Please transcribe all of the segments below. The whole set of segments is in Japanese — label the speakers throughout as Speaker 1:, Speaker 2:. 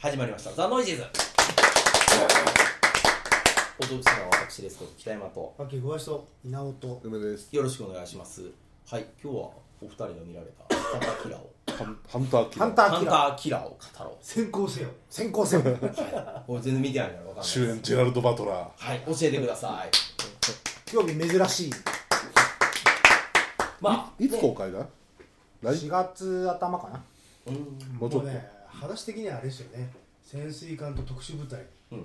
Speaker 1: 始まりました「ザ・ノイジーズ」お届けするのは私ですこと北山と
Speaker 2: 秋ごわしと稲尾と
Speaker 3: 梅です
Speaker 1: よろしくお願いしますはい今日はお二人が見られた「ハンター・キラーを」
Speaker 3: ハンハンターキラ
Speaker 2: ハ
Speaker 3: ー
Speaker 2: ンタ
Speaker 1: ハ
Speaker 2: ー
Speaker 1: ン タ
Speaker 2: キラー
Speaker 1: ー・キラーを語ろ
Speaker 2: 先行せよ先 行せよ
Speaker 1: う」俺全然見てないから分かんない
Speaker 3: 主演ジェラルド・バトラ
Speaker 1: はい教えてください
Speaker 2: 興味珍しい
Speaker 1: まあ
Speaker 3: ーいつ公開だ来
Speaker 2: 4月頭かな
Speaker 1: うん
Speaker 3: もうち
Speaker 4: も
Speaker 3: ょっ
Speaker 4: う
Speaker 3: と
Speaker 4: ね話的にはあれですよね潜水艦と特殊部隊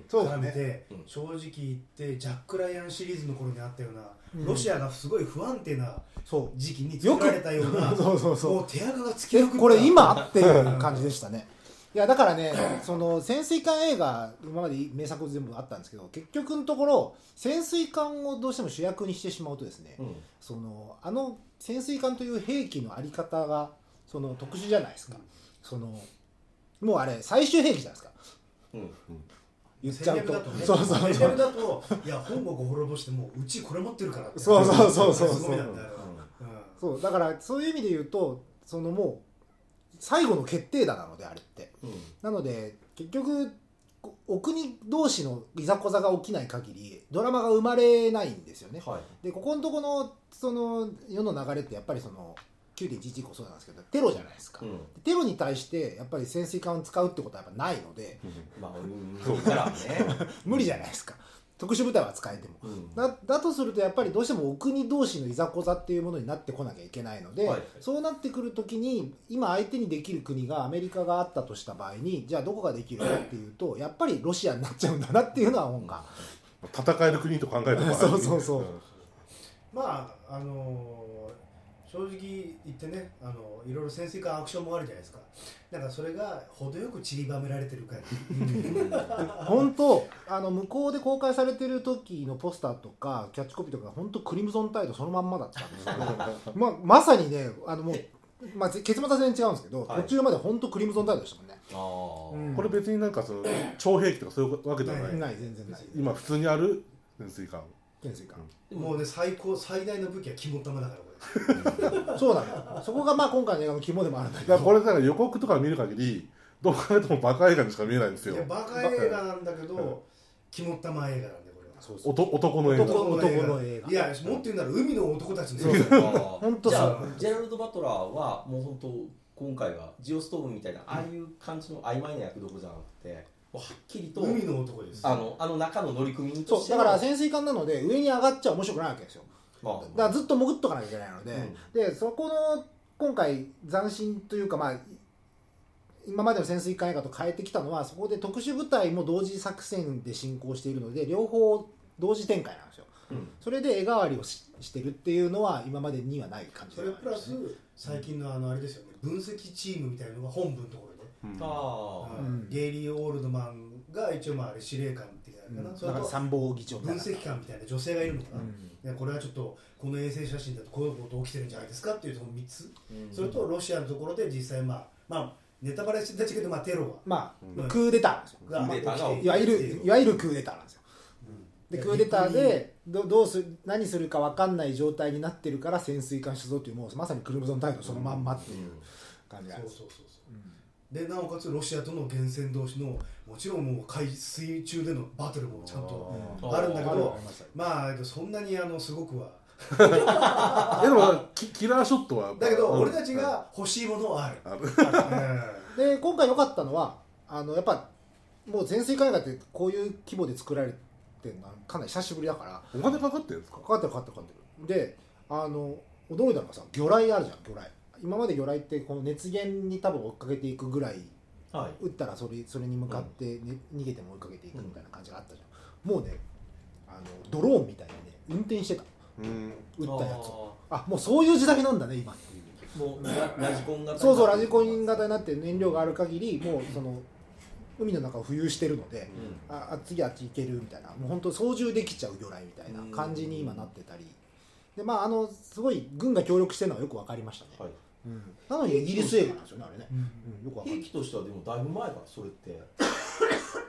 Speaker 2: そう
Speaker 4: 絡
Speaker 2: だ
Speaker 4: め
Speaker 2: ね
Speaker 4: て、
Speaker 1: うん
Speaker 4: 正直言ってジャック・ライアンシリーズの頃にあったような、
Speaker 2: うん
Speaker 4: ロシアがすごい不安定な
Speaker 2: そ
Speaker 4: 時期に
Speaker 2: うよ
Speaker 4: 作
Speaker 2: く
Speaker 4: られたような
Speaker 2: そうそうそ
Speaker 4: も
Speaker 2: う
Speaker 4: う手垢がつき
Speaker 2: え
Speaker 4: まくった
Speaker 2: これ今っていう感じでしたね いやだからねその潜水艦映画今まで名作全部あったんですけど結局のところ潜水艦をどうしても主役にしてしまうとですね、
Speaker 1: うん
Speaker 2: そのあの潜水艦という兵器のあり方がその特殊じゃないですか、そのもうあれ最終兵器じゃないですか
Speaker 1: うん
Speaker 2: 言っちゃ
Speaker 4: 戦
Speaker 2: う
Speaker 4: 略だ
Speaker 2: と
Speaker 4: とね
Speaker 2: そうそうそう
Speaker 4: 戦略だといや本国を滅ぼしてもううちこれ持ってるからって
Speaker 2: そうそうそうそうそう
Speaker 4: すごいなんだよ、うん
Speaker 2: そうだからそういう意味で言うとそのもう最後の決定打なのであれって
Speaker 1: うん
Speaker 2: なので結局こお国同士のいざこざが起きない限りドラマが生まれないんですよね
Speaker 1: はい
Speaker 2: でここのとこのその世の流れってやっぱりその9.11以降そうなんですけどテロじゃないですか、
Speaker 1: うん
Speaker 2: テロに対してやっぱり潜水艦を使うってことはやっぱないので
Speaker 1: まあうんそうだからね
Speaker 2: 無理じゃないですか特殊部隊は使えても
Speaker 1: うん
Speaker 2: だだとするとやっぱりどうしてもお国同士のいざこざっていうものになってこなきゃいけないので、
Speaker 1: はい
Speaker 2: そうなってくるときに今相手にできる国がアメリカがあったとした場合にじゃあどこができるかっていうとやっぱりロシアになっちゃうんだなっていうのは本が、
Speaker 3: 戦える国と考えると
Speaker 2: そうそうそう
Speaker 4: まああのー正直言ってね、あのいろいろ潜水艦アクションもあるじゃないですかなんかそれが程よく散りばめられてる感じ
Speaker 2: 本当あの向こうで公開されてる時のポスターとかキャッチコピーとか本当クリムゾンタイドそのまんまだった んですけどままさにねあのもう
Speaker 1: え、
Speaker 2: まあ、ぜ結末は全然違うんですけど、
Speaker 1: はい
Speaker 2: 途中まで本当クリムゾンタイドでしたもんね、
Speaker 1: あー
Speaker 4: うん
Speaker 3: これ別になんかその徴兵器とかそういうわけではない、
Speaker 2: ない全然ない
Speaker 3: 今普通にある潜水艦
Speaker 2: 潜水艦
Speaker 4: もうね最高最大の武器は肝玉だからこれ
Speaker 2: そうなのそこがまあ今回の映画の肝でもあるんだけ
Speaker 3: だ
Speaker 2: ど
Speaker 3: からこれだから予告とか見る限りどう考えてもバカ映画にしか見えないんですよ
Speaker 4: いやバカ映画なんだけど肝玉映画なんでこれは
Speaker 2: そうそう
Speaker 3: おと男の映画
Speaker 2: 男の映画
Speaker 4: いやもっと言うなら海の男たちの
Speaker 2: そう
Speaker 4: 映
Speaker 2: そう
Speaker 4: 画
Speaker 1: 本
Speaker 2: 本当
Speaker 1: じ
Speaker 2: そう
Speaker 1: ゃあジェラルド・バトラーはもう本当今回はジオストームみたいなああいう感じの曖昧な役どころじゃなくてもうはっきりと
Speaker 4: 海の男です
Speaker 1: あのあの中の乗組員と
Speaker 2: そ
Speaker 1: し
Speaker 2: う
Speaker 1: て
Speaker 2: だ
Speaker 1: の
Speaker 2: から潜水艦なので上に上がっちゃ面白くないわけですよ
Speaker 1: まあ
Speaker 2: だからずっと潜っとかなきゃいけないので、
Speaker 1: うん
Speaker 2: でそこの今回斬新というかまあい今までの潜水艦映画と変えてきたのはそこで特殊部隊も同時作戦で進行しているので両方同時展開なんですよ
Speaker 1: うん
Speaker 2: それで絵代わりをししてるっていうのは今までにはない感じ
Speaker 4: そ
Speaker 2: で
Speaker 4: れプラス最近のあのあれですよね分析チームみたいなのが本部のところで
Speaker 3: うん
Speaker 1: ああ、
Speaker 2: うん
Speaker 4: ゲイリー・オールドマンが一応まああれ司令官っていうのかな、そ
Speaker 2: だ
Speaker 4: れ
Speaker 2: から
Speaker 4: と
Speaker 2: 参謀議長みたい
Speaker 4: 分
Speaker 2: な
Speaker 4: 析官みたいな女性がいるのかな、
Speaker 2: うん
Speaker 4: ねこれはちょっとこの衛星写真だとこういうこと起きてるんじゃないですかっていうその3つ、
Speaker 1: うん
Speaker 4: それとロシアのところで実際まあまあネタバレしてたけどまあテロ
Speaker 2: まあ、
Speaker 4: うん
Speaker 2: クーデターなんですよ
Speaker 4: ががまあ
Speaker 1: クーデターが
Speaker 4: 起きて
Speaker 2: いわゆ
Speaker 4: っていう
Speaker 2: るいわゆるクーデターなんですよ
Speaker 4: い
Speaker 2: で
Speaker 4: や
Speaker 2: クーデターでどどうする何するか分かんない状態になってるから潜水艦出動っていうもうまさにクルムゾンタイドそのまんまっていう感じ
Speaker 4: そう
Speaker 2: なん
Speaker 4: そうそ
Speaker 2: で
Speaker 4: う
Speaker 2: す、
Speaker 4: そうでなおかつロシアとの源泉同士のもちろんもう海水中でのバトルもちゃんと
Speaker 1: ー
Speaker 4: あるんだけ
Speaker 2: あるあ
Speaker 4: ど
Speaker 2: りました
Speaker 4: まあそんなにあのすごくは
Speaker 3: えでもキキラーショットは
Speaker 4: だけど
Speaker 3: うん
Speaker 4: 俺たちが欲しいものはある、
Speaker 3: ある
Speaker 4: う
Speaker 2: で今回良かったのはあのやっぱもう潜水艦映画ってこういう規模で作られてるのはかなり久しぶりだから
Speaker 3: お金かかってるんですか
Speaker 2: かかってるかかってるかかってるであの驚いたのがさ魚雷あるじゃん魚雷今まで魚雷ってこの熱源に多分追っかけていくぐらい
Speaker 1: はい
Speaker 2: 撃ったらそれそれに向かって、ね逃げても追いかけていくみたいな感じがあったじゃん、もうねあのドローンみたいにね運転してた
Speaker 3: うん
Speaker 2: 撃ったやつをあもうそういう時代なんだね今
Speaker 1: つもうララジコン型
Speaker 2: そうそうラジコン型になって燃料がある限りもうその海の中を浮遊してるので、
Speaker 1: う
Speaker 2: ああ次あっち行けるみたいなもう本当操縦できちゃう魚雷みたいな感じに今なってたりでまああのすごい軍が協力してるのはよく分かりましたね、
Speaker 1: んはい、
Speaker 2: うんなのにイギリス映画なんですよねあれね、
Speaker 4: ん
Speaker 2: うん、よくわかん
Speaker 1: 兵
Speaker 2: ない
Speaker 1: 器としてはでもだいぶ前からそれって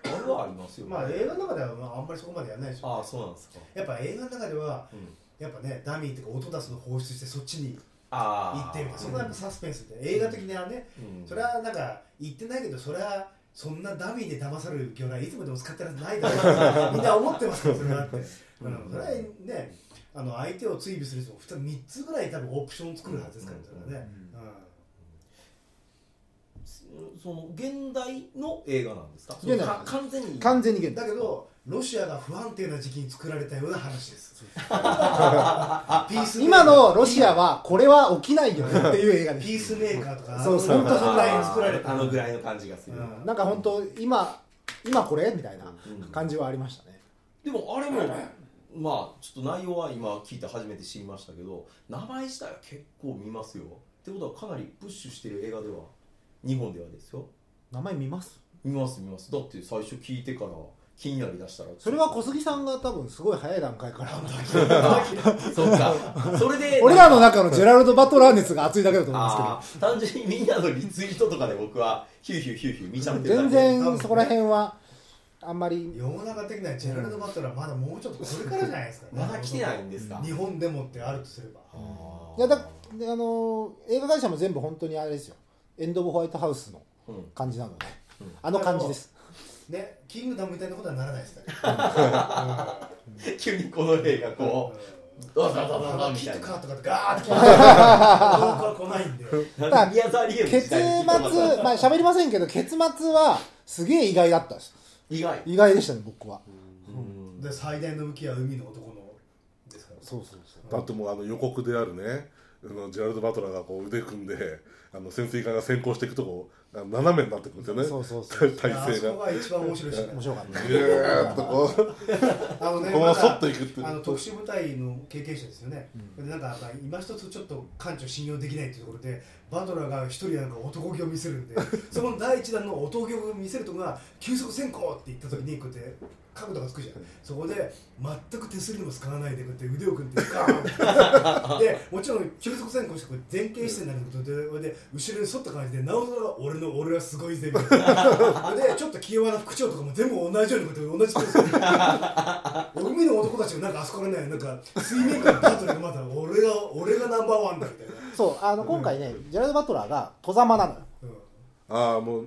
Speaker 1: あれはありますよね、
Speaker 4: まあ映画の中ではまああんまりそこまでやらないでしょ
Speaker 1: ああそうなんですか、
Speaker 4: やっぱ映画の中では
Speaker 1: うん、
Speaker 4: やっぱねダミーとか音出すの放出してそっちに行
Speaker 1: ああ
Speaker 4: ってみたいなそこはやっぱサスペンスで映画的にはね
Speaker 1: うん
Speaker 4: それはなんか言ってないけどそれはそんなダミーで騙される魚雷いつまでも使ってるはずないだろう ってみんな思ってますからそれはって、うん、それはねあの相手を追尾する人も3つぐらい多分オプション作るはずですからそれはね、
Speaker 1: その現代の映画なんですか
Speaker 2: 現代
Speaker 1: そのか完全に
Speaker 2: 完全に
Speaker 4: うん
Speaker 2: 現
Speaker 4: だ
Speaker 2: 代
Speaker 4: けどロシアが不安定な時期に作られたような話ですピース メーカー
Speaker 2: 今のロシアはこれは起きないよねっていう映画です
Speaker 4: ピースメーカーとか
Speaker 2: そうそう
Speaker 4: 本当そんなに作られ
Speaker 1: あ
Speaker 4: た
Speaker 1: のぐらいの感じがする、
Speaker 4: うん
Speaker 2: なんか本当今今これみたいな
Speaker 1: うん
Speaker 2: 感じはありましたね
Speaker 1: でもあれもまあちょっと内容は今聞いて初めて知りましたけど名前自体は結構見ますよってことはかなりプッシュしてる映画では日本ではですよ
Speaker 2: 名前見ます
Speaker 1: 見ます見ますだって最初聞いてから気になりだしたら
Speaker 2: それは 小杉さんが多分すごい早い段階から
Speaker 1: そっかそれで
Speaker 2: 俺らの中のジェラルド・バトラー熱が熱いだけだと思うんですけど
Speaker 1: あー単純にみんなのリツイートとかで僕はヒューヒューヒューヒュー見ちゃってるだけ
Speaker 2: 全然そこら辺はあんまり
Speaker 4: 世の中的にはジェラルド・バトラーまだもうちょっとこれからじゃないですか、
Speaker 1: まだ来てないんですか、
Speaker 4: 日本でもってあるとすれば
Speaker 1: あー
Speaker 2: いやだであの映画会社も全部本当にあれですよエンド・オブ・ホワイトハウスの
Speaker 1: うん
Speaker 2: 感じなので、
Speaker 1: うん
Speaker 2: あの感 じです
Speaker 4: ねキングダムみたいなことはならないですから
Speaker 1: 急にこの映画こうわざわざわざわざみ
Speaker 4: キ
Speaker 1: た
Speaker 4: ッ
Speaker 1: い
Speaker 4: ト
Speaker 1: な
Speaker 4: カーとかでガーって聞いて僕は来ないんで
Speaker 1: なんで宮沢りえの時
Speaker 2: 結末
Speaker 1: 代に聞いたことある
Speaker 2: まあ喋りませんけど結末はすげえ意外だったんです
Speaker 1: 意外
Speaker 2: 意外でしたね僕は
Speaker 1: うん
Speaker 4: で最大の武器は海の男のですから
Speaker 2: そうそうそう
Speaker 3: だってもうあの予告であるねあのジェラルド・バトラーがこう腕組んであの潜水艦が先行していくとこあの斜めになってくるんですよね
Speaker 2: そうそうそう
Speaker 3: 体
Speaker 4: あ
Speaker 3: 勢
Speaker 4: そこ
Speaker 3: が
Speaker 4: が一番面白いしね
Speaker 2: 面白かった
Speaker 3: ギューッとこう
Speaker 4: あのね
Speaker 3: このまま
Speaker 4: だ
Speaker 3: そっといくっていう
Speaker 4: あの特殊部隊の経験者ですよね、でなんかやっぱ今一つちょっと艦長信用できないっていうところでバトラーが一人なんか男気を見せるんで そこの第一弾の男気を見せるとこが急速先行って言った時にこうやって角度がつくじゃんそこで全く手すりも使わないでこうやって腕を組んでガーンって でもちろん急速先行してこう前傾姿勢になることでそれで後ろに沿った感じでなおさら俺の俺はすごいぜみたいなでちょっと気弱な副長とかも全部同じようなこと同じことする海の男たちもなんかあそこでねなんか水面からバトルでまた俺が俺がナンバーワンだみたいな、
Speaker 2: そうあの今回ねジェラルド・バトラーが戸様なのよ
Speaker 4: う
Speaker 3: ああもう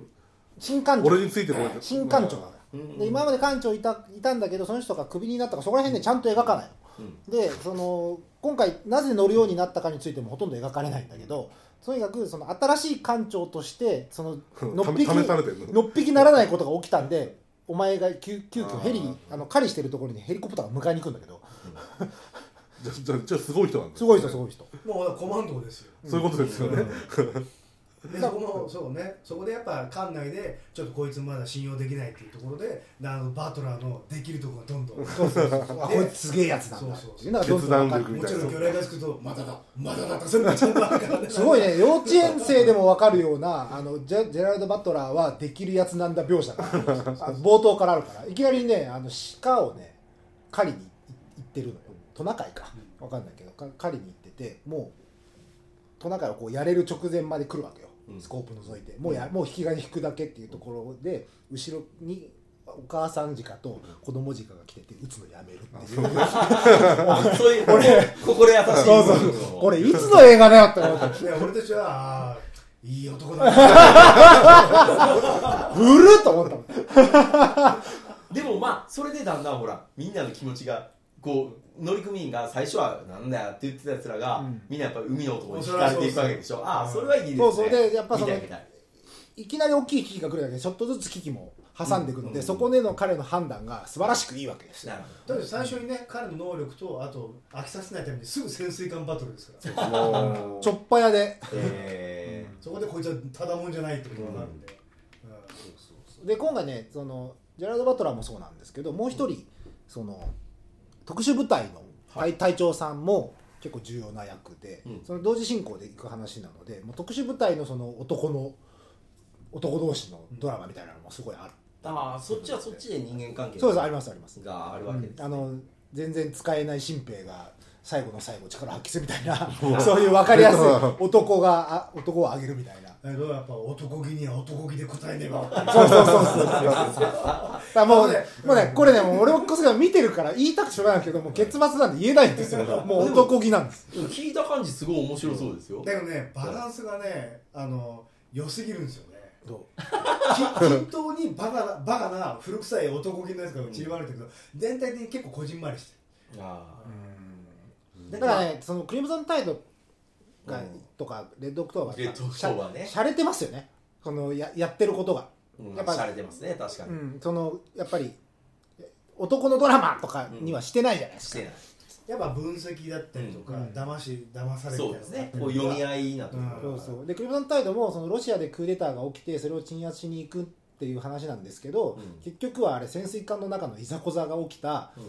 Speaker 2: 新艦長
Speaker 3: 俺についてこい
Speaker 2: 新艦長なのよ
Speaker 1: うん
Speaker 2: で今まで艦長いたいたんだけどその人がクビになったからそこら辺でちゃんと描かないの
Speaker 1: うん
Speaker 2: でその今回なぜ乗るようになったかについてもほとんど描かれないんだけどとにかくその新しい艦長としてその
Speaker 3: うん
Speaker 2: のっぴき
Speaker 3: 試試されてんの
Speaker 2: のっぴきならないことが起きたんでお前が急急
Speaker 3: あ
Speaker 2: 遽
Speaker 3: ー
Speaker 2: ヘリあの狩りしてるところにヘリコプターが迎えに行くんだけど
Speaker 3: じゃじゃじゃあすごい人なんだ
Speaker 2: すごい人すごい人
Speaker 4: ん、もうコマンドですよ
Speaker 3: そういうことですよね、
Speaker 4: でそこのそうねそこでやっぱ館内でちょっとこいつまだ信用できないっていうところであのバトラーのできるところがどんどんもちろん
Speaker 2: あこいつすげえやつなんだ
Speaker 4: そうそう
Speaker 2: っていうのがどんどん分かる
Speaker 3: 決断力み
Speaker 4: 魚
Speaker 3: たいな
Speaker 4: 雷がつくとまだだまだだとそれもちゃんとある からね
Speaker 2: すごいね幼稚園生でも分かるようなあのジェジェラルド・バトラーはできるやつなんだ描写があの冒頭からあるからいきなりねあの鹿をね狩りに行ってるのよトナカイか分かんないけどか狩りに行っててもうトナカイをこうやれる直前まで来るわけよ
Speaker 1: うん
Speaker 2: スコープ覗いてもうやもう引き金引くだけっていうところで後ろにお母さん鹿と子供鹿が来てて打つのやめるっていう
Speaker 1: あそういう心優しい
Speaker 2: そうそうこれいつの映画だよって思って
Speaker 4: いや俺たちはあーいい男だな
Speaker 2: うるっと思ったの
Speaker 1: でもまあそれでだんだんほらみんなの気持ちがこう乗組員が最初はなんだよって言ってたやつらが、
Speaker 2: うん
Speaker 1: みんなやっぱ海の男に惹かれていくわけでしょああそれはいいですね
Speaker 2: そうそうでやっぱそ
Speaker 1: み
Speaker 2: の
Speaker 1: たいみたい
Speaker 2: いきなり大きい危機が来るだけでちょっとずつ危機も挟んでいくので、
Speaker 1: うん
Speaker 2: そこでの彼の判断が素晴らしくいいわけですよ
Speaker 1: なるほ
Speaker 4: だって最初にね彼の能力とあと飽きさせないためにすぐ潜水艦バトルですから
Speaker 3: もう
Speaker 2: ちょっぱやで
Speaker 1: どえ
Speaker 4: そこでこいつはただもんじゃないってことになるんで、うん
Speaker 2: で今回ねそのジェラルド・バトラーもそうなんですけどもう一人、その特殊部隊の隊隊長さんも結構重要な役で、
Speaker 1: うん
Speaker 2: その同時進行でいく話なのでもう特殊部隊のその男の男同士のドラマみたいなのもすごいある、
Speaker 1: ー、ああそっちはそっちで人間関係
Speaker 2: そうですありますあります
Speaker 1: があるわけです、
Speaker 2: あの全然使えない新兵が最後の最後力発揮するみた いなそういう分かりやすい男があ男をあげるみたいな
Speaker 4: だけどやっぱ男気には男気で答えねば
Speaker 2: そうそうそうそうだからもうねもうねこれねもう俺もこそ見てるから言いたくてしょうがないけどもう結末なんて言えないんですよもう男気なんです
Speaker 1: でも聞いた感じすごい面白そうですよ、
Speaker 4: だけどねバランスがねあの良すぎるんですよね
Speaker 2: ど
Speaker 4: き均等に バカなバカな古臭い男気のやつが散りばめてるけど、全体的に結構こじんまりして
Speaker 1: あ
Speaker 2: だからねそのクリムゾンタイドが、
Speaker 1: うん
Speaker 2: とかレッドオクトーバ
Speaker 1: レッドオクトーバーね
Speaker 2: しゃれてますよねこのややってることが、
Speaker 1: あ、うん、
Speaker 2: やっぱ
Speaker 1: しゃれてますね確か
Speaker 2: う
Speaker 1: に、
Speaker 2: ん、そのやっぱり男のドラマとかにはしてないじゃないです
Speaker 1: し
Speaker 2: か、
Speaker 1: てない
Speaker 4: やっぱ分析だったりとか、
Speaker 2: うん
Speaker 4: 騙し騙され
Speaker 1: そう
Speaker 4: みたいなのがあったりとか
Speaker 1: ですねこう読み合いなところ
Speaker 2: そうそうでクリムゾンタイドもそのロシアでクーデターが起きてそれを鎮圧しに行くっていう話なんですけ
Speaker 1: う
Speaker 2: ど、
Speaker 1: ん
Speaker 2: 結局はあれ潜水艦の中のいざこざが起きた
Speaker 1: うん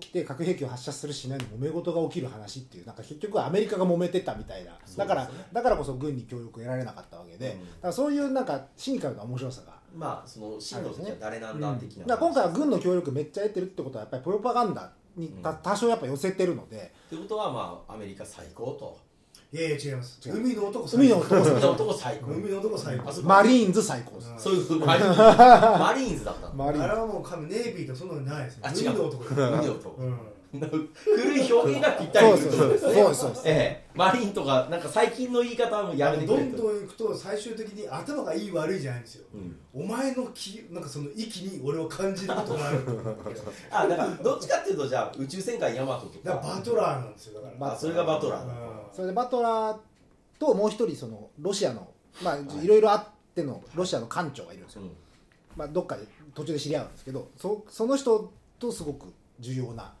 Speaker 2: 起きて核兵器を発射するしないの揉め事が起きる話っていうなんか結局はアメリカが揉めてたみたいな、
Speaker 1: すね
Speaker 2: だからだからこそ軍に協力を得られなかったわけで、
Speaker 1: うん
Speaker 2: だからそういうなんかシニカルな面白さが。
Speaker 1: まあその真の時は誰なんだ的な、
Speaker 2: だから今回は軍の協力めっちゃ得てるってことはやっぱりプロパガンダにた
Speaker 1: うん
Speaker 2: 多少やっぱ寄せてるので、
Speaker 1: ってことはまあアメリカ最高と
Speaker 4: いやいや違います
Speaker 2: 違う
Speaker 4: 海の男
Speaker 2: 海の男
Speaker 1: 海の男最高
Speaker 4: 海の男最高
Speaker 1: あそう
Speaker 2: マリーンズ最高です、
Speaker 4: うん
Speaker 1: そういうことマリーンズマリーンズだったの
Speaker 2: マ
Speaker 4: あ
Speaker 2: リ
Speaker 4: れ
Speaker 2: ーンズ
Speaker 4: はもう神ネイビーとそんなのないですよ
Speaker 1: あ違う
Speaker 4: 海の男です
Speaker 1: 海の男
Speaker 4: うん
Speaker 1: 古い表現がぴったり
Speaker 2: そう
Speaker 1: く
Speaker 2: そ
Speaker 1: ると
Speaker 2: うそう
Speaker 1: で
Speaker 2: ですすそう
Speaker 1: ね
Speaker 2: ですそうです
Speaker 1: ええマリーンとかなんか最近の言い方もやめてく
Speaker 4: ど
Speaker 1: れ
Speaker 4: ん
Speaker 1: と
Speaker 4: どんいくと最終的に頭がいい悪いじゃないんですよ
Speaker 1: うん
Speaker 4: お前の気なんかその息に俺を感じることがある と思うんだけど
Speaker 1: あだからどっちかっていうとじゃあ宇宙戦艦ヤマトと
Speaker 4: だ
Speaker 1: か
Speaker 4: からバトラーなんですよだから
Speaker 1: あそれがバトラーだ
Speaker 2: それでバトラーともう一人そのロシアのまあいろいろあってのロシアの艦長がいるんですよ、
Speaker 1: うん
Speaker 2: まあ、どっかで途中で知り合うんですけどそその人とすごく重要な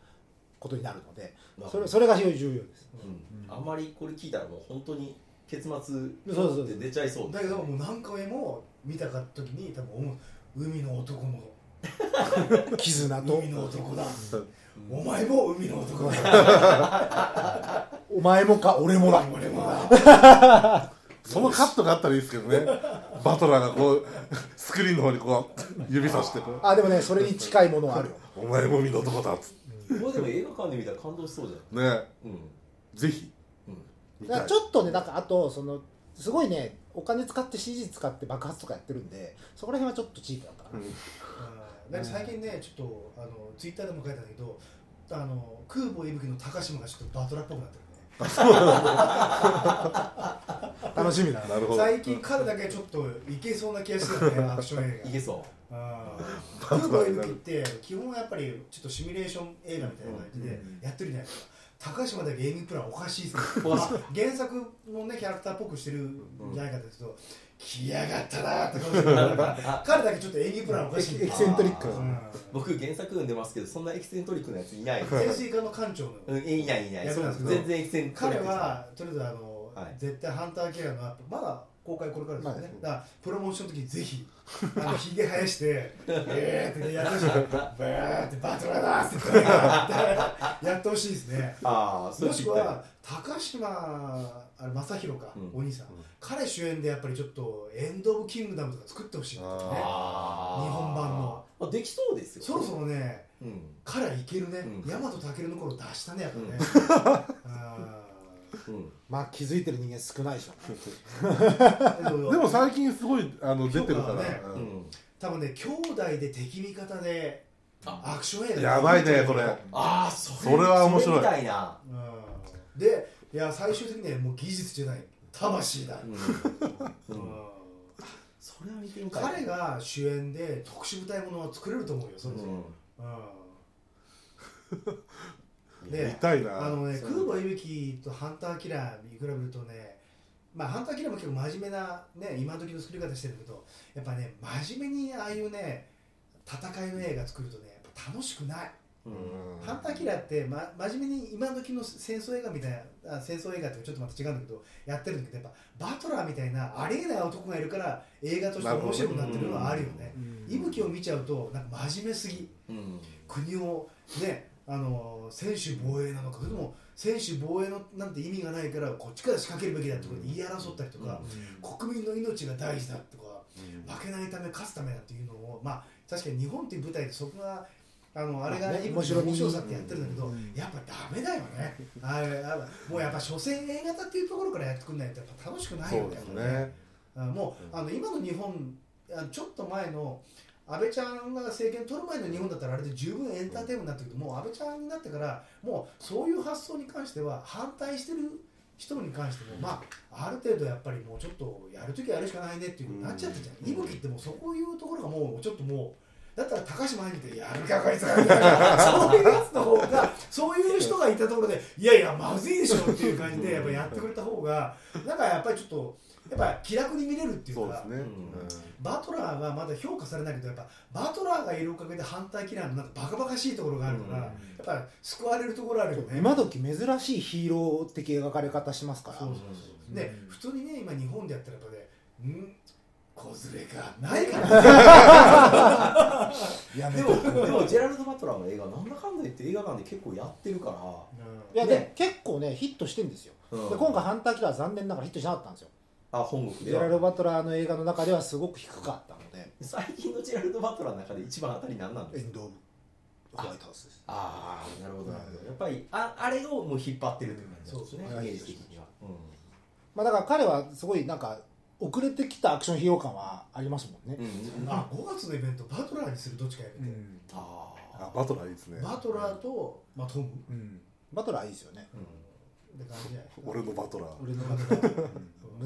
Speaker 2: ことになるので
Speaker 1: まあ
Speaker 2: それそれが非常に重要です
Speaker 1: うんあんまりこれ聞いたらもう本当に結末
Speaker 2: そうそう
Speaker 1: って出ちゃいそう
Speaker 4: うんだけどもう何回も見たかった時に多分思う海の男の
Speaker 2: 絆と
Speaker 4: 海の男だ
Speaker 1: うん
Speaker 4: お前も海の男だ
Speaker 2: お前もか俺もだ
Speaker 4: 俺もだ
Speaker 3: そのカットがあったらいいですけどねバトラーがこうスクリーンの方にこう指さしてこう
Speaker 2: あでもねそれに近いものはあ るよ
Speaker 3: 「お前も身の男だ」っつって
Speaker 1: これでも映画館で見たら感動しそうじゃん
Speaker 3: ね
Speaker 1: うん
Speaker 3: ぜひ
Speaker 1: うん
Speaker 3: 見
Speaker 2: だか
Speaker 3: た
Speaker 2: ら
Speaker 3: い
Speaker 2: ちょっとねなんかあとそのすごいねお金使って CG 使って爆発とかやってるんでそこら辺はちょっとチープだったかな、
Speaker 4: うんなんか最近ね、ちょっとあのツイッターでも書いたんだけど、あの空母息吹の高島がちょっとバトラーっぽくなってるね。
Speaker 2: 楽しみだな
Speaker 3: なるほど
Speaker 4: 最近彼だけちょっといけそうな気がしてるね、 アクション映
Speaker 1: いけそう
Speaker 4: 画。
Speaker 3: バ
Speaker 4: うん
Speaker 3: ト
Speaker 4: 空母
Speaker 3: ラー
Speaker 4: 息
Speaker 3: にな
Speaker 4: 吹って
Speaker 3: る
Speaker 4: 基本はやっぱりちょっとシミュレーション映画みたいな感じでやってるじゃないですか。高島だけ演技プランおかしい ですね
Speaker 1: おかしい
Speaker 4: 原作のねキャラクターっぽくしてるんじゃないかというと来やがったなーって顔してる
Speaker 1: あ
Speaker 4: 彼だけちょっと演技プランおか
Speaker 2: エ
Speaker 4: しい
Speaker 2: キエキセントリック
Speaker 1: あ
Speaker 2: な
Speaker 1: ー
Speaker 4: うん
Speaker 1: 僕原作読んでますけどそんなエキセントリックなやついないです
Speaker 4: 潜水艦の艦長の
Speaker 1: うんいないいない
Speaker 4: や
Speaker 1: そう
Speaker 4: めたんですけど
Speaker 1: 全然エキセントリ
Speaker 4: 彼
Speaker 1: ックじゃない
Speaker 4: はとりあえずあの、
Speaker 1: はい
Speaker 4: 絶対ハンターキラーのアップまだ公開これからですよね、
Speaker 2: ま
Speaker 4: だからプロモーションの時にぜ ひあのひげ生やして「えーってやってほしいブーってバトラーだ!」って言ってやってほしいですね
Speaker 1: ああそれ
Speaker 4: も
Speaker 1: ぴ
Speaker 4: し
Speaker 1: っ
Speaker 4: く
Speaker 1: たり
Speaker 4: は高島あれ正宏か、
Speaker 1: うん
Speaker 4: お兄さん、
Speaker 3: うん
Speaker 4: 彼主演でやっぱりちょっと「エンド・オブ・キングダム」とか作ってほしいんだよね
Speaker 1: あー
Speaker 4: 日本版の
Speaker 1: あできそうですよ
Speaker 4: そろそろね
Speaker 1: うん
Speaker 4: 彼いけるね、
Speaker 1: うん
Speaker 4: 大和健の頃出したねやっぱね、 あ
Speaker 1: うん
Speaker 2: まあ気づいてる人間少ないでしょ
Speaker 4: ー
Speaker 3: でも最近すごいあの出てるか
Speaker 4: 評価は
Speaker 3: ら
Speaker 4: ね
Speaker 1: う
Speaker 3: うん
Speaker 1: ん
Speaker 4: 多分ね兄弟で敵味方で
Speaker 1: あ
Speaker 4: アクション映画
Speaker 3: やばいねこれ
Speaker 1: ああそ
Speaker 3: それは面白い
Speaker 1: それみたいな
Speaker 4: うんでいや最終的にはもう技術じゃない魂だ、
Speaker 1: うんうん
Speaker 4: うん
Speaker 1: それは見てみたい
Speaker 4: 彼が主演で特殊部隊ものは作れると思うよそろそろ、うん
Speaker 1: うん
Speaker 3: 見
Speaker 4: で
Speaker 3: たい
Speaker 4: あ
Speaker 3: な
Speaker 4: のね
Speaker 1: そ
Speaker 4: 空
Speaker 1: う
Speaker 4: 母いぶきとハンターキラー見比べるとねまあハンターキラーも結構真面目なね今時の作り方してるけどやっぱね真面目にああいうね戦いの映画作るとねやっぱ楽しくない
Speaker 1: うん
Speaker 4: ハンターキラーって、ま、真面目に今時の戦争映画みたいなあ戦争映画ってちょっとまた違うんだけどやってるんだけどやっぱバトラーみたいなありえない男がいるから映画として面白くなってるのはあるよね息吹を見ちゃうとなんか真面目すぎ
Speaker 1: うん
Speaker 4: 国をねあの専守防衛なのかそれとも専守防衛のなんて意味がないからこっちから仕掛けるべきだってことで言い争ったりとか、国民の命が大事だとか負けないため勝つためだっていうのをまあ確かに日本っていう舞台でそこがあのあれが
Speaker 2: まあね
Speaker 4: 面白
Speaker 2: 面白み
Speaker 4: 面白さってやってるんだけど、
Speaker 2: うん
Speaker 4: やっぱダメだよねあれあれもうやっぱ所詮 A 型っていうところからやってくんないとやっぱ楽しくないよ
Speaker 3: そうです
Speaker 4: やっぱ
Speaker 3: ね
Speaker 4: あもうあの今の日本あちょっと前の安倍ちゃんが政権取る前の日本だったらあれで十分エンターテインメントになったけどもう安倍ちゃんになってからもうそういう発想に関しては反対してる人に関しても、まあ、ある程度やっぱりもうちょっとやるときはやるしかないねっていうふうになっちゃったじゃん、
Speaker 1: うん
Speaker 4: 伊吹ってもうそういうところがもうちょっともうだったら高島愛見てやるかこいつらみたいなそういうやつの方がそういう人がいたところでいやいやまずいでしょっていう感じでやっぱやってくれた方がなんかやっぱりちょっとやっぱ気楽に見れるっていうか
Speaker 3: そうですね、
Speaker 4: バトラーがまだ評価されないけどやっぱバトラーがいるおかげで反対キラーのなんかバカバカしいところがあるから、
Speaker 1: うん
Speaker 4: やっぱ救われるところあるよね
Speaker 2: 今時珍しいヒーロー的描かれ方しますから
Speaker 4: そうそうそうで
Speaker 2: うん
Speaker 4: 普通にね今日本でやったらやっぱねん子連れかないからね
Speaker 2: や
Speaker 1: で
Speaker 2: めて
Speaker 1: もでもジェラルド・バトラーの映画なんだかんだ言って映画館で結構やってるから
Speaker 2: いや
Speaker 1: ね
Speaker 2: ね結構ねヒットしてんです
Speaker 1: う
Speaker 2: よ、
Speaker 1: ん
Speaker 2: で今回「ハンターキラー」は残念ながらヒットしなかったんですよ
Speaker 1: あ本国
Speaker 2: ジ
Speaker 1: で
Speaker 2: ェラルド・
Speaker 1: は
Speaker 2: バトラーの映画の中ではすごく低かったので
Speaker 1: 最近のジェラルド・バトラーの中で一番当たり何なんですか
Speaker 2: ンド・オブ・ホワイトハウスです
Speaker 1: ああなるほどなるほどやっぱりああれをもう引っ張ってるって感じなんですね
Speaker 4: そう
Speaker 2: そう
Speaker 1: イメージ的には、う
Speaker 2: まあだから彼はすごいなんか遅れてきたアクションヒーロー感はありますもんね
Speaker 1: ん、うん、あ
Speaker 4: あ5月のイベントバトラーにするどっちかやめて、
Speaker 1: あー
Speaker 3: あバトラーいいですね
Speaker 4: バトラーと、まあ、トム
Speaker 2: うんバトラーいいですよね
Speaker 4: って感じじゃない
Speaker 3: 俺のバトラー
Speaker 4: 俺のバトラー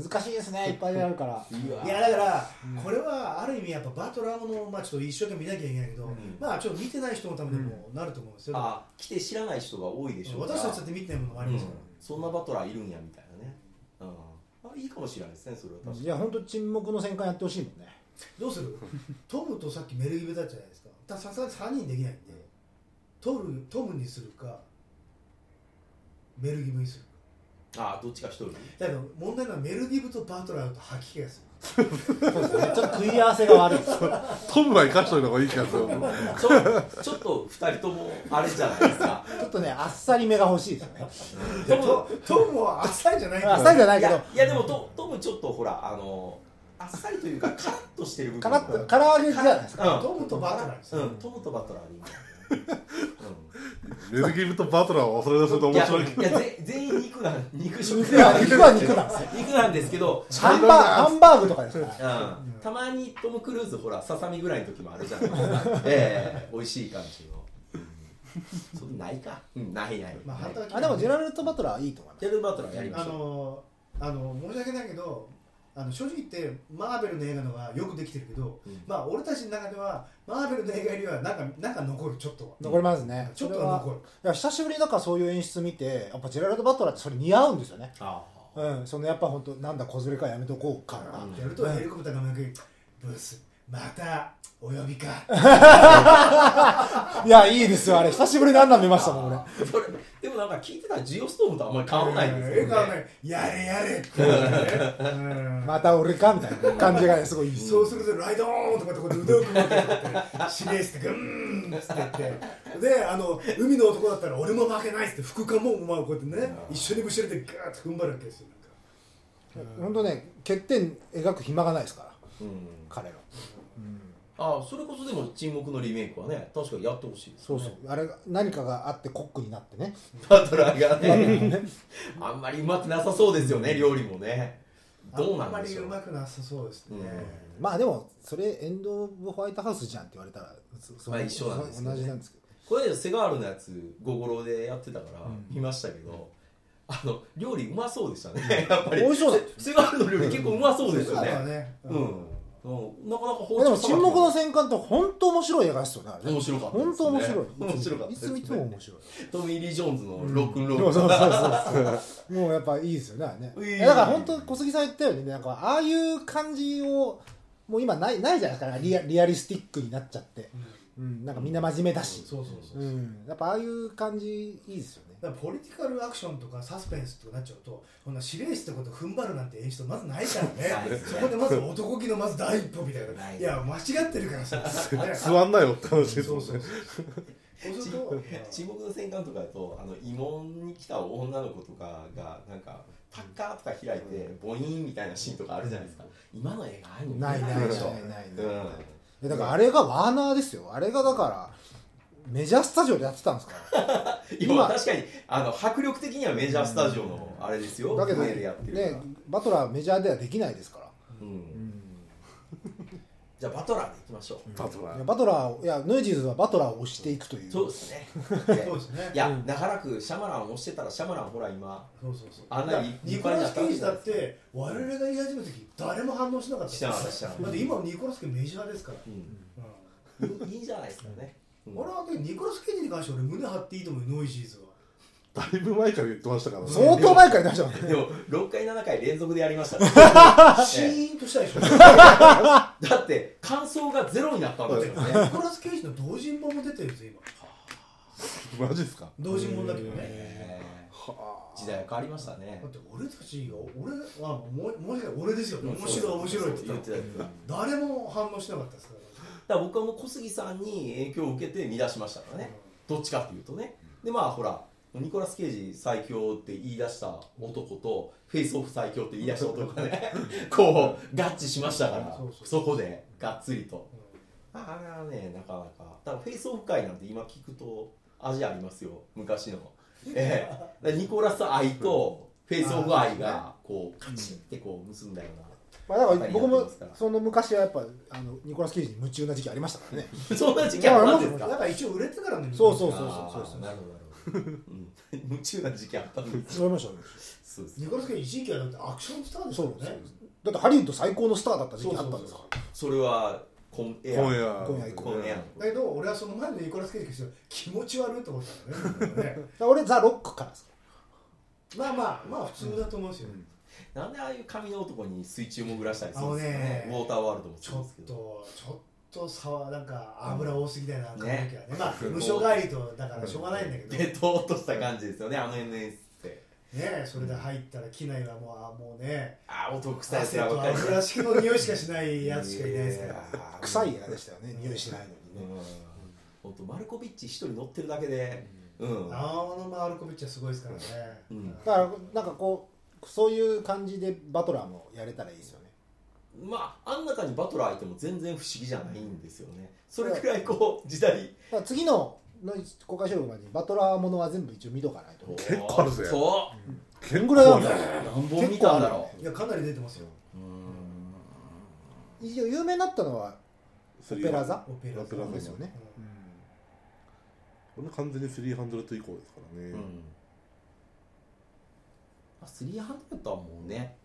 Speaker 2: 難しいですねいっぱいあるから
Speaker 1: うわ
Speaker 4: いやだから、
Speaker 2: うん
Speaker 4: これはある意味やっぱバトラーもの、まあ、ちょっと一生懸命見なきゃいけないけど、
Speaker 1: うん
Speaker 4: まあちょっと見てない人のためにもなると思うんですよ、
Speaker 1: あ来て知らない人が多いでしょうから
Speaker 4: 私たちだって見てないものがありますから、
Speaker 1: うんそんなバトラーいるんやみたいなね、うん、あいいかもしれないですねそれは確か
Speaker 2: いや本当沈黙の戦艦やってほしいもんね
Speaker 4: どうす るトムとさっきメルギブだったじゃないですかたださすがに3人できないんでトムトムにするかメルギブにするか
Speaker 1: ああどっちか一人
Speaker 4: だけど問題なのはメルギブとバトラーと吐き気がする
Speaker 2: そうですねちょっと食い合わせが悪いです
Speaker 3: トムは生かしといた方がいい気がする
Speaker 1: ちょちょっと二人ともあれじゃないですか
Speaker 2: ちょっとねあっさりめが欲しいですよね
Speaker 1: トム
Speaker 4: トトムはあっさりじゃないん
Speaker 2: あっ
Speaker 4: だよ
Speaker 2: さりじゃない
Speaker 1: い
Speaker 2: けど
Speaker 1: やいやでもトトムちょっとほらあのあっさりというかカラッとしてる部分
Speaker 2: カラッと唐揚げじゃないですか
Speaker 1: うん
Speaker 4: トムとバトラーにする、
Speaker 1: うん、トムとバトラーでいいんだよ ね
Speaker 3: メルギブとバトラーを忘れ出すると
Speaker 1: うんい
Speaker 3: 面
Speaker 1: や
Speaker 3: 白い
Speaker 1: いやぜ全員肉なん肉食
Speaker 2: 肉は肉は肉なんですよ
Speaker 1: 肉なんですけど、
Speaker 2: ハンバーハンバーグとかですから
Speaker 1: うん、たまにトム・クルーズほらささみぐらいの時もあるじゃないですかええ美味しい感じの、うん、そんなないか、うん、ないない、
Speaker 4: まあ
Speaker 1: ない
Speaker 4: 反対は聞
Speaker 2: あ
Speaker 4: い
Speaker 2: で
Speaker 4: て
Speaker 2: もジェラルト・バトラーはいいと思います
Speaker 1: ジェラルドバトラーやりまし
Speaker 4: あ
Speaker 1: ょう
Speaker 4: のあの申し訳ないけどあの正直言ってマーベルの映画のがよくできてるけど、
Speaker 1: うん
Speaker 4: まあ俺たちの中ではマーベルの映画よりはなんかなんか残るちょっとは
Speaker 2: 残りますね
Speaker 4: ちょっと
Speaker 2: それ
Speaker 4: は
Speaker 2: は
Speaker 4: 残る
Speaker 2: いや久しぶりにだからそういう演出見てやっぱジェラルド・バトラーってそれ似合うんですよね
Speaker 1: あ
Speaker 2: うんそのやっぱ本当なんだ子連れかやめとこうか
Speaker 4: あ
Speaker 2: な
Speaker 4: やるとヘリコプターが向くブースまたお呼びか
Speaker 2: いやいいですよあれ久しぶりにあんなん見ましたもん俺
Speaker 1: あそれでもなんか聞いてたらジオストームとあんまり変わらないんです
Speaker 4: え
Speaker 1: よ
Speaker 4: ー変わん
Speaker 1: ね
Speaker 4: ないやれやれって 言うんだよね、うん
Speaker 2: また俺かみたいな感じがねすごいいいです
Speaker 4: そうするとライドーンとかってこうやって腕を組むわけよ司令室でグーンっつってってであの海の男だったら俺も負けないっつって副官もまあこうやってね一緒に後ろでガーッと踏ん張るわけですよ
Speaker 2: 本当ね欠点描く暇がないですから
Speaker 1: うん、
Speaker 2: 彼ら
Speaker 1: ああそれこそでも沈黙のリメイクはね確かにやってほしいです
Speaker 2: そうそうあれが何かがあってコックになって ね
Speaker 1: バトラーがねあんまりうまくなさそうですよね料理もね
Speaker 4: なんか
Speaker 1: どうな
Speaker 4: あんま
Speaker 1: んで
Speaker 4: り
Speaker 1: しょ
Speaker 4: う
Speaker 1: う
Speaker 4: まくなさそうですね、
Speaker 1: うん
Speaker 2: まあでもそれエンド・オブ・ホワイトハウスじゃんって言われたらそそ
Speaker 1: まあ一緒なんですけどね
Speaker 2: 同じなんですけど
Speaker 1: これセガールのやつゴゴロでやってたから見ましたけど、あの料理うまそうでしたねやっぱり
Speaker 2: 美味しそうだ
Speaker 1: セセガールの料理結構うまそうですよ
Speaker 4: だから
Speaker 1: ね
Speaker 4: ね、
Speaker 1: うん、うんなかなか包
Speaker 2: でも
Speaker 1: 丁
Speaker 2: 「沈黙の戦艦」って本当面白い映画ですよねあれね
Speaker 1: 面白かったですね
Speaker 2: 本当面白い
Speaker 1: 面白かった
Speaker 2: い
Speaker 1: です
Speaker 2: つ
Speaker 1: ね
Speaker 2: 見ても面白い
Speaker 1: トミー・リー・ジョーンズのロックンロール、
Speaker 2: そうそうそうそうもうやっぱいいですよねあれ
Speaker 1: いい
Speaker 2: ねだから本当小杉さん言ったようにねなんかああいう感じをもう今ないないじゃないですかリアリアリスティックになっちゃって、うん、なんかみんな真面目だし、
Speaker 4: そうそうそうう、だ
Speaker 2: ん、やっぱああいう感じいいですよね
Speaker 4: からポリティカルアクションとかサスペンスとかなっちゃうとこんな司令室ってことを踏ん張るなんて演出まずないから
Speaker 1: ない
Speaker 4: ね
Speaker 1: ですね
Speaker 4: そこでまず男気のまず第一歩みたいな
Speaker 1: ないい
Speaker 4: や間違ってるからさ
Speaker 3: 座んなよって話です
Speaker 4: そ
Speaker 3: も
Speaker 4: うんそうそう
Speaker 3: ね
Speaker 4: そうすると
Speaker 1: 沈黙の戦艦とかだとあの慰問に来た女の子とかがなんかパッカーとか開いてボイーンみたいなシーンとかあるじゃないですか今の映画ああいうの
Speaker 2: ないないない
Speaker 1: で
Speaker 2: な
Speaker 1: しょ
Speaker 2: いない
Speaker 1: うん
Speaker 2: ないいやだからあれがワーナーですよあれがだからメジャースタジオでやってたんで すから
Speaker 1: 今
Speaker 2: 今
Speaker 1: 確かにあの迫力的にはメジャースタジオのあれですよ
Speaker 2: だけど、
Speaker 1: 上でやってるから
Speaker 2: ね、バトラーはメジャーではできないですから
Speaker 1: うんじゃあバトラーでいきましょ
Speaker 3: バトラ
Speaker 2: いや
Speaker 3: ー
Speaker 2: バトラーをいやヌージーズはバトラーを押していくというう
Speaker 1: そうですね
Speaker 4: そうですね
Speaker 1: いや長らくシャマランを押してたらシャマランほら今
Speaker 4: そうそうそう
Speaker 1: あんなに
Speaker 4: ニコラス・ケイジだって我々が言い始めた時誰も反応しなかった
Speaker 1: してなかったしてなかった
Speaker 4: だって今ニコラス・ケイジメジャーですから、
Speaker 1: うん
Speaker 4: うん
Speaker 1: いいんじゃないですかねうん
Speaker 4: 俺はねニコラス・ケイジに関して俺胸張っていいと思うよノイジーズ は
Speaker 3: だいぶ前から言ってましたからね
Speaker 2: 相当前から出ましたもんね
Speaker 1: でも6回7回連続でやりましたね
Speaker 4: シ
Speaker 1: え
Speaker 4: ーンとしたでしょニ
Speaker 1: えだって感想がゼロになったんですよね
Speaker 4: コラス・ケイジの同人本も出てるんですよ
Speaker 3: マジですか
Speaker 4: 今同人本だけどね
Speaker 1: ええ
Speaker 3: は
Speaker 1: 時代は変わりましたね
Speaker 4: だって俺たちが俺はもうもしか俺ですよ面白い面白いって
Speaker 1: 言
Speaker 4: 言
Speaker 1: っ
Speaker 4: って
Speaker 1: た
Speaker 4: てた
Speaker 1: やつだか
Speaker 4: 誰も反応しなかったですから
Speaker 1: ら僕はもう小杉さんに影響を受けて見出しましたからねどっちかっていうとねでまあほらニコラス・ケイジ最強って言い出した男とフェイスオフ最強って言い出した男がねこう合致しましたから
Speaker 4: そうそう
Speaker 1: そこでがっつりと
Speaker 4: うん
Speaker 1: ああれはねなかなかだからフェイスオフ会なんて今聞くと味ありますよ昔のええだからニコラス愛とフェイスオフ愛がこうカチンってこう結んだような
Speaker 2: まあだから僕もその昔はやっぱあのニコラス・ケイジに夢中な時期ありましたからね
Speaker 1: そんな時期あったんです
Speaker 4: なん
Speaker 1: か
Speaker 4: か一応売れてからの
Speaker 2: そうそうそう
Speaker 1: あーなるほどなるほど、うん、夢中な時期あったんです
Speaker 2: そう思いましたね
Speaker 1: そうです
Speaker 4: ニコラス・ケイジ一時期はだってアクションスターです
Speaker 2: そ
Speaker 4: よね
Speaker 2: うそうだってハリウッド最高のスターだった時期あったんですから
Speaker 1: それはコン
Speaker 3: あ
Speaker 1: エア
Speaker 3: 今夜
Speaker 2: 今夜行
Speaker 1: コンエア
Speaker 4: だけど俺はその前のニコラス・ケイジとしては気持ち悪いと思ったん だよねね
Speaker 2: だから俺ザ・ロックからです
Speaker 4: まあまあまあ普通だと思うんですよね、
Speaker 1: なんでああいう髪の男に水中潜らしたりするん
Speaker 4: あの
Speaker 1: ですかね
Speaker 4: ね
Speaker 1: ウォーターワールドも
Speaker 4: ち
Speaker 1: そう
Speaker 4: ょ
Speaker 1: で
Speaker 4: っ
Speaker 1: すけど
Speaker 4: とちょっと差はなんか油多すぎだよな、髪の毛はね
Speaker 1: ね
Speaker 4: まあ無償帰りとだからしょうがないんだけど、
Speaker 1: でとーっとした感じですよねあの NS って
Speaker 4: ねそれで入ったら機内はもうあもうね
Speaker 1: ああ男臭いやつ
Speaker 4: 汗
Speaker 1: らば
Speaker 4: と
Speaker 1: っかり
Speaker 4: 油式の匂いしかしないやつしかいないですから、
Speaker 1: やー
Speaker 2: 臭い映画でしたよね匂いしないのに
Speaker 1: うん本当マルコビッチ一人乗ってるだけでうん
Speaker 4: あのマルコビッチはすごいですからね、
Speaker 1: うん
Speaker 2: だからなんかこうそういう感じでバトラーもやれたらいいですよね
Speaker 1: まああん中にバトラーいても全然不思議じゃないんですよねそれくらいこう時代
Speaker 2: だから次のの公開収録までにバトラーものは全部一応見とかないと
Speaker 3: 結構あるぜ
Speaker 1: そ
Speaker 2: こんぐらいあるんだ
Speaker 1: う
Speaker 2: よ
Speaker 1: 何本見たんだろ
Speaker 4: いやかなり出てますよ
Speaker 1: ううん
Speaker 2: 一応有名になったのは
Speaker 3: スリー
Speaker 2: ペラザ
Speaker 4: オペラ
Speaker 3: オペラ
Speaker 4: 座
Speaker 3: 座
Speaker 2: ですよね
Speaker 4: うん
Speaker 3: これも完全に300以降ですからね、
Speaker 1: まあ、3ハンドはもうね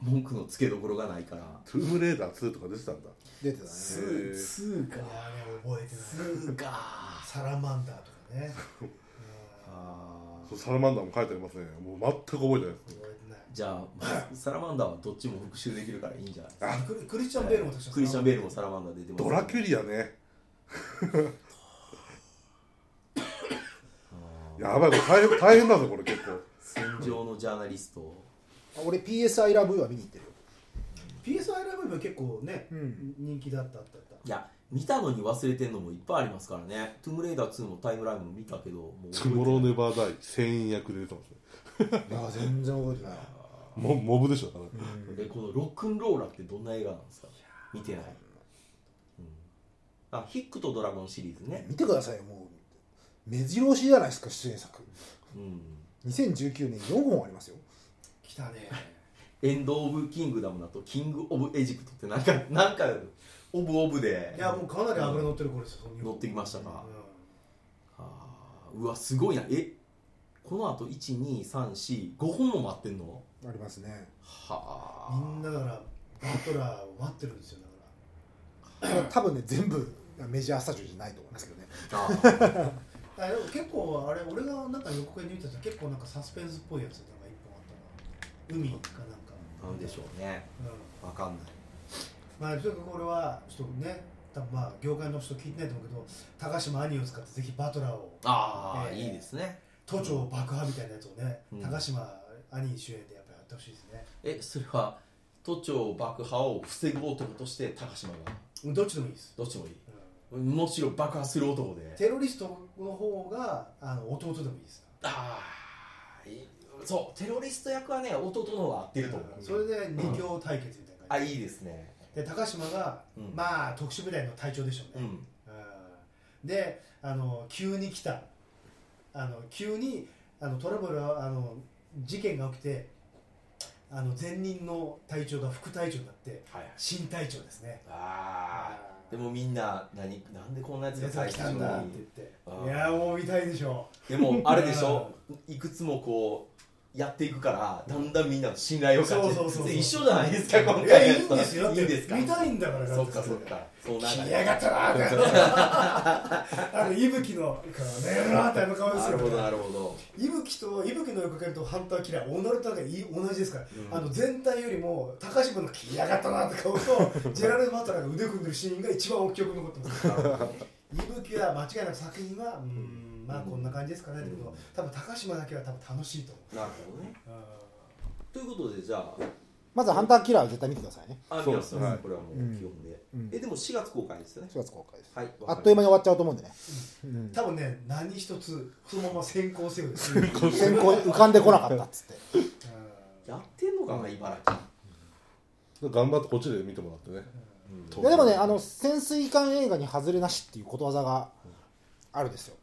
Speaker 1: 文句のつけどころがないから
Speaker 3: トゥームレーダー2とか出てたんだ
Speaker 2: 出てたね
Speaker 1: ツーツー
Speaker 4: いやね
Speaker 1: か
Speaker 4: 覚えて
Speaker 1: ツ
Speaker 4: ない
Speaker 1: ーか
Speaker 4: サラマンダーとかねうん
Speaker 1: あー
Speaker 3: そうサラマンダーも書いてありますねもう全く覚えてないです
Speaker 4: 覚えてない
Speaker 1: じゃあ、まあサラマンダーはどっちも復習できるからいいんじゃないですか
Speaker 4: クリクリスチャン・ベールも確か
Speaker 1: クリスチャン・ベールもサラマンダー出てます
Speaker 3: ドラキュリアねやばいこれ大変大変だぞこれ結構
Speaker 1: 戦場のジャーナリスト
Speaker 2: あ俺 PSI ラブは見に行ってるよ
Speaker 4: PSI ラブも結構ね、
Speaker 2: うん
Speaker 4: 人気だったあったあった
Speaker 1: いや見たのに忘れてんのもいっぱいありますからね「トゥームレイダー2」もタイムラインも見たけどもう
Speaker 3: 「トゥモローネバーダイ」船員役で出てますね
Speaker 2: いや全然覚えてない
Speaker 3: モモブでしょだから
Speaker 1: でこの「ロックンローラ」ってどんな映画なんですか見てない、うんあヒックとドラゴンシリーズね
Speaker 2: 見てくださいよもう目白押しじゃないですか出演作
Speaker 1: うん
Speaker 2: 2019年4本ありますよ
Speaker 4: 来た ね
Speaker 1: エンド・オブ・キングダムだとキング・オブ・エジプトってなんか なんかオブ・オブで
Speaker 4: いやもうかなり油乗ってる頃ですよその日本
Speaker 1: 乗ってきました
Speaker 4: う
Speaker 1: か
Speaker 4: ん、
Speaker 1: あーうわすごいなえこのあと12345本も待ってんの
Speaker 2: ありますね
Speaker 1: はあ
Speaker 4: みんなだからバトラーを待ってるんですよだか
Speaker 2: 多分ね全部メジャースタジオじゃないと思いますけどね
Speaker 1: あー
Speaker 4: ら あでも結構あれ俺がなんか予告編で見た時結構なんかサスペンスっぽいやつなんか一本あったな海かなんか
Speaker 1: なんでしょうね
Speaker 4: うん
Speaker 1: わかんない
Speaker 4: まあとにかく俺はちょっとね多分まあ業界の人聞いてないと思うけど高島兄を使ってぜひバトラーを
Speaker 1: ああ、
Speaker 4: ええ
Speaker 1: いいですね
Speaker 4: 都庁爆破みたいなやつをね、
Speaker 1: うん
Speaker 4: 高島兄主演でやっぱやってほしいですね
Speaker 1: えそれは都庁爆破を防ぐ男として高島が
Speaker 4: うんどっちでもいいです、
Speaker 1: どっちもいい
Speaker 4: うん
Speaker 1: むしろ爆破する男で
Speaker 4: テロリストの方があの弟でもいいです
Speaker 1: ああそうテロリスト役はね弟の方が合ってると思う、
Speaker 4: それで二強対決みたいな
Speaker 1: あ
Speaker 4: 感
Speaker 1: いいですね
Speaker 4: じ、で高島が、
Speaker 1: うん
Speaker 4: まあ特殊部隊の隊長でしょう
Speaker 1: う
Speaker 4: ね、
Speaker 1: ん
Speaker 4: うんであの急に来たあの急にあのトラブルあの事件が起きてあの前任の隊長が副隊長になって
Speaker 1: はいはい
Speaker 4: 新隊長ですね
Speaker 1: あーでもみんな何なんでこんなやつ
Speaker 4: 出
Speaker 1: が
Speaker 4: た
Speaker 1: 最
Speaker 4: 来
Speaker 1: 近
Speaker 4: たんだって言
Speaker 1: あ
Speaker 4: っ
Speaker 1: ー
Speaker 4: ていやーもう見たいでしょ
Speaker 1: でもあれでしょいくつもこうやっていくからだんだんみんな信頼を感じて
Speaker 4: そうそうそうそう
Speaker 1: 一緒じゃないですか今回の
Speaker 4: いやい
Speaker 1: や
Speaker 4: い
Speaker 1: つ
Speaker 4: ん
Speaker 1: と
Speaker 4: ですよだっ
Speaker 1: い
Speaker 4: て
Speaker 1: いんですか
Speaker 4: 見たいんだから
Speaker 1: そっかそっかそうなん
Speaker 4: 来
Speaker 1: だ
Speaker 4: やがったなーっ てあの伊吹のねえなーってあの顔です
Speaker 1: なる
Speaker 4: よ
Speaker 1: ほどなるほど
Speaker 4: 伊吹と伊吹の横かけるとハンターキラーオナルとなんかいい同じですから、
Speaker 1: うん
Speaker 4: あの全体よりも高島の来やがったなって顔とジェラルド・バトラーが腕組んでるシーンが一番記憶に残ってます伊吹は間違いなく作品はうーんまあこんな感じですかねってこと、
Speaker 1: うん
Speaker 4: 多分高島だけは多分楽しいと思
Speaker 1: なるほどね
Speaker 4: う、
Speaker 1: ということでじゃあ
Speaker 2: まず「ハンターキラー」は絶対見てくださいね
Speaker 1: あ
Speaker 3: そ
Speaker 1: 皆
Speaker 3: うです
Speaker 1: さ
Speaker 3: ね
Speaker 1: んこれはもう基本で
Speaker 2: うん
Speaker 1: えでも4月公開ですよね
Speaker 2: 4月公開です
Speaker 1: はい
Speaker 2: あっという間
Speaker 1: に
Speaker 2: に終わっちゃうと思うんでね、うん
Speaker 4: 多分ね何一つそのまま先行せよです
Speaker 2: 先行浮かんでこなかったっつって
Speaker 1: やってんのかな茨城
Speaker 3: 頑張ってこっちで見てもらってね
Speaker 2: いやでもねあの潜水艦映画に外れなしっていうことわざがあるんですよ、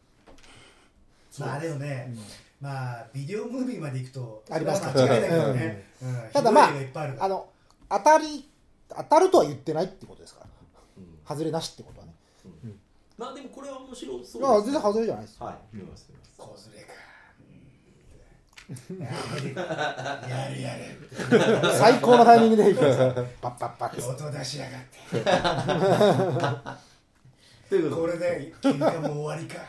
Speaker 4: まあでもね、
Speaker 2: うん
Speaker 4: まあビデオムービーまで行くと
Speaker 2: ありますか
Speaker 4: それは間違いないからね、うん
Speaker 2: ただまあ
Speaker 4: ひどい映画いっぱいあるから
Speaker 2: あの当たり当たるとは言ってないってことですから
Speaker 1: うん
Speaker 2: 外れなしってことはね
Speaker 1: まあでもこれは面白そう
Speaker 2: あ
Speaker 1: です
Speaker 2: 全
Speaker 1: ね
Speaker 2: 然外れじゃないです
Speaker 1: はい見ます見ます
Speaker 4: 小連れか。うんやるやる。
Speaker 2: 最高のタイミングでいくんで すよパッパッパッ
Speaker 4: 音出しやがって。
Speaker 1: という
Speaker 4: こ
Speaker 1: こと
Speaker 4: れ
Speaker 1: で
Speaker 4: で喧嘩も終わりか。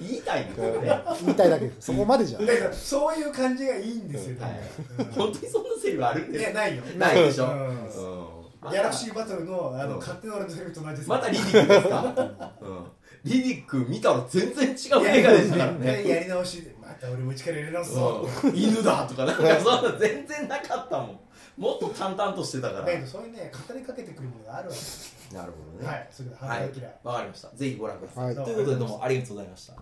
Speaker 1: 言いたいんだよね
Speaker 2: 言いたいだけですそこまでじゃ
Speaker 4: だからそういう感じがいいんですよ。
Speaker 1: はい
Speaker 4: うん
Speaker 1: 本当にそんなセリフあるん
Speaker 4: い
Speaker 1: で
Speaker 4: や
Speaker 1: すか
Speaker 4: ないよ。
Speaker 1: ないでしょ
Speaker 4: うん
Speaker 1: うん
Speaker 4: ギャラクシーバトルのあ
Speaker 1: う
Speaker 4: の
Speaker 1: ん
Speaker 4: 勝手な俺のセリフと同じです。
Speaker 1: またリディックですか、 うん、リディック見たら全然違 う映画でしたからね
Speaker 4: やり直しでまた俺も力入れ直すぞ。
Speaker 1: うん犬だとか なんかそんな全然なかったもんもっと淡々としてたから
Speaker 4: だ
Speaker 1: な
Speaker 4: けど
Speaker 1: る
Speaker 4: そういうね語りかけてくるものがあるわけです。
Speaker 1: ほどね
Speaker 4: はい。それで
Speaker 1: は
Speaker 4: ハ
Speaker 1: い
Speaker 4: ンキラー。
Speaker 1: わかりましたぜひご覧ください、
Speaker 2: はい
Speaker 1: ということでどうもありがとうございました